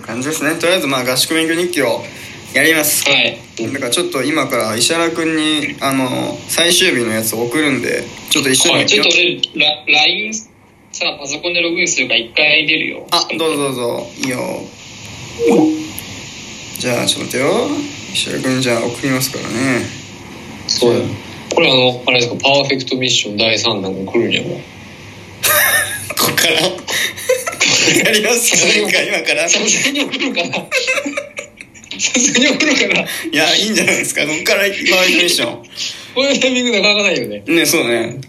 とりあえずまあ合宿勉強日記をやりますはい。だからちょっと今から石原君にあの最終日のやつを送るんでちょっと一緒に、はい、ちょっと俺、ラ LINE さ、パソコンでログインするから一回出るよ。あどうぞどうぞいいよじゃあちょっと待ってよ石原君じゃあ送りますからねそうだよ。これあの、あれですか、パーフェクトミッション第3弾が来るんやもん。こっからこっ からやりますかなんか今からさすがに送るかなさすがに送るかなこいやいいんじゃないですかこっからパーフ ェクトミッションういうタイミングなかなかないよね。ねそうね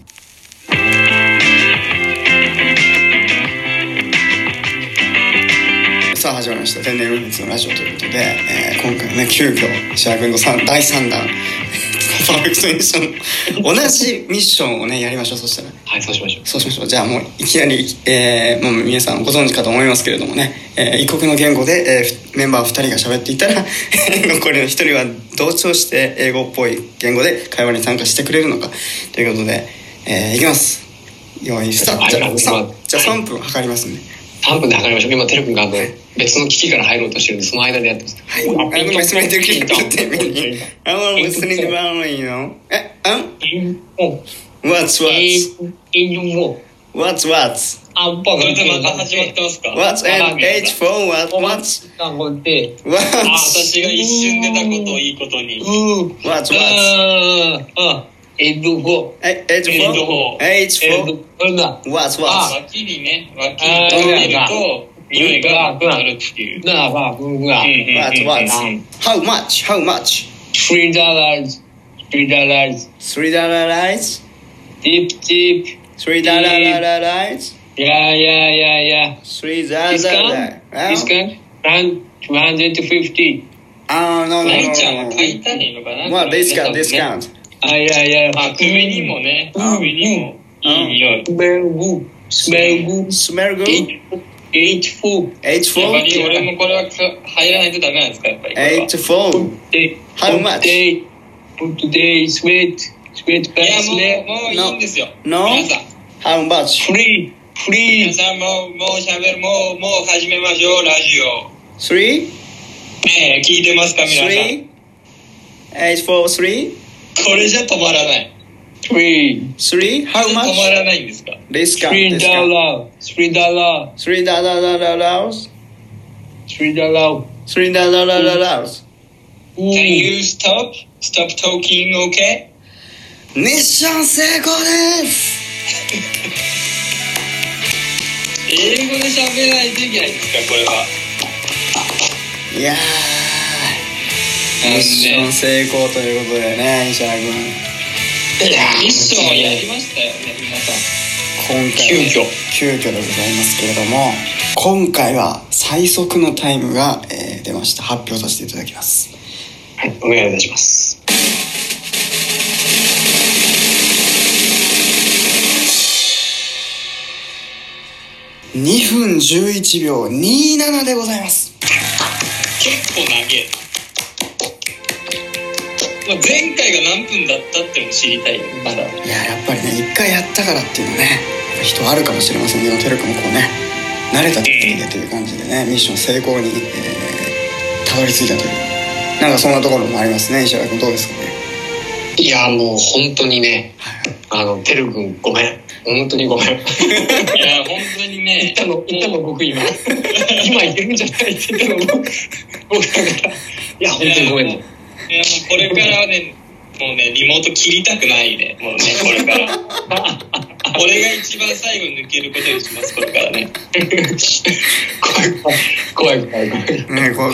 さあ始まりました「天然ウイルスのラジオ」ということで、えー今回ね急遽石原君の三第3弾 パーフェクトミッション同じミッションをねやりましょうそしたらはい、そうしましょそうしましょうじゃあもういきなり、えーもう皆さんご存知かと思いますけれどもね、えー異国の言語で、えーふメンバー2人が喋っていたら 残りの1人は同調して英語っぽい言語で会話に参加してくれるのかということで、えーいきます用意スタートじゃはあいさはいじゃあ3分測りますんでう。3分で測りましょう。今、テル君があの、別の機器から入ろうとしてるんで、その間でやってます。はいあの別にできるよってみに I want to listen to Valerie, you know えあんもう、 What's え what's ー、もう、 What's what's あんぱが。てますか what's and age for what what's あ、もうで、 what's 私が一瞬出たことをいいことに。うー、 what's あ what's Uh, ー、あ、エンド5。え、エイジフエイジフォォーエイジエンフォド、これだ。ーワーツワーツ脇にね、脇あーに入れると、匂いがなくなるっていう。なあ、まあ、僕が。ワーツワーうんうんツ How much? How much? 3ダラーズ、3ダラーズ、 3ダラライズチップチ ?3 ダラララライズップ。やーやーやーやー。 ?3 ダラですラライかですズか ?150。あー、no, no, 舞ちゃんは no, 書いたねのかな no. まあ、ディスカウント、ディスカウント。あ、いやいや。Ah, あ、梅にもね、うん梅にもいい匂い。スメルグ、スメル Smell グ、good? 84。 H やっぱり 4? 俺もこれは入らないとダメなんですか、やっぱりこれは。 H 4? で、 How much? Today, today, sweat, sweat, い pants, や、ね。もう、もういいんですよ。 No? 皆さん、 How much? Free, 皆 free, さんもう、もう喋る、もう、もう始めましょう、ラジオ。 3? ねえ、聞いてますか、皆さん。 3? H 4 3? これじゃ止まらない。 free, 3? こ How れじゃ止ま much? らないんですか。ディスカウン three ト、ディスカウント。 dollar, three dollar, 3ダラララライズ three dollar. ?3 ダラララライズ Can う you stop? Stop talking, okay? ミッション成功です英語で喋らないといけないんですか、これは。いやーミッション成功ということでね石原君いやミッションをやりましたよね、皆さん。今回急遽急遽でございますけれども今回は最速のタイムが、えー出ました発表させていただきますはい、お願いいたします。 2分11秒27でございます結構長え、まあ、前回が何分だったっても知りたいよまだいややっぱりね一回やったからっていうのね人あるかもしれませんけどテル君もこうね慣れた手つきでという感じでねミッション成功に、えーたどり着いたというなんかそんなところもありますね石原君どうですかねいや、もう本当にね、あの、てるくんごめん。本当にごめん。 いや本当言にっねたの、言ったの僕今。今言るんじゃないって言ったの僕。僕だから。いや、本当にごめんね。いやもうこれからはねもうねリモート切りたくないねもうねこれから 俺が一番最後に抜けることにしますこれからね怖い怖い怖い怖い。ねこう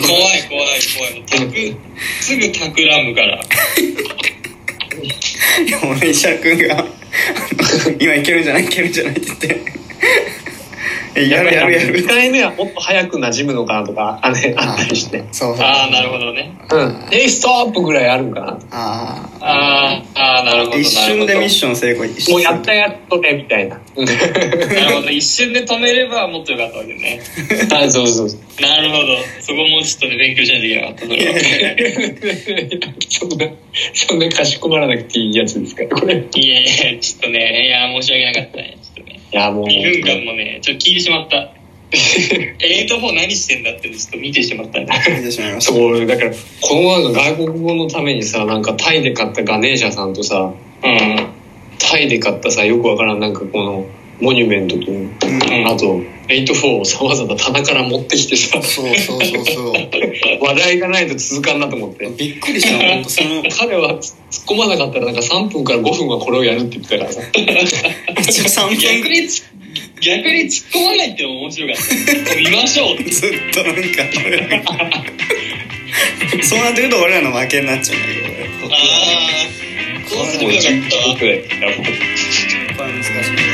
怖い怖い怖いもうたくすぐ企むからでもね石原君があの「今いけるんじゃないいけるんじゃない」って言ってえ「やるやるやる2」回目はもっと早く馴染むのかなとか、あれ、あったりして。そうそうああなるほどねうん。え、ストップぐらいあるんかな。あーあーあーなるほど一瞬でミッシション成功一瞬もうやったやっとね、みたいな。ョン なるほど一瞬で止めればもっとよかったわけねあ、 そうそう そう。なるほどそこもうちょっとね勉強しないといけなかったそれは そんな、そんなかしこまらなくていいやつですから、これ。いいやいや、ちょっとね、いや、申し訳なかったね。ちょっとね、や、もう。 2分間もね、ちょっと聞いてしまった。エイトフォー何してんだってちょっと見てしまったんだ。見てしまいましそう、俺だから、このなんか外国語のためにさ、なんかタイで買ったガネーシャさんとさ、うん。タイで買ったさ、よくわからん、なんかこの、モニュメントと、んあと、84をさわざわざ棚から持ってきてさた。、そうそうそうそう。 話題がないと続かんなと思って。びっくりしたの、ほんとその、彼は突っ込まなかったら、なんか3分から5分はこれをやるって言ってたからさ。一応3分逆ぐらいにつ、逆に突っ込まないってのも面白かった。見ましょうって。ずっとなんか、そうなってくると俺らの負けになっちゃうんだけど、ああ、こうすればよかったわ。これ難しい。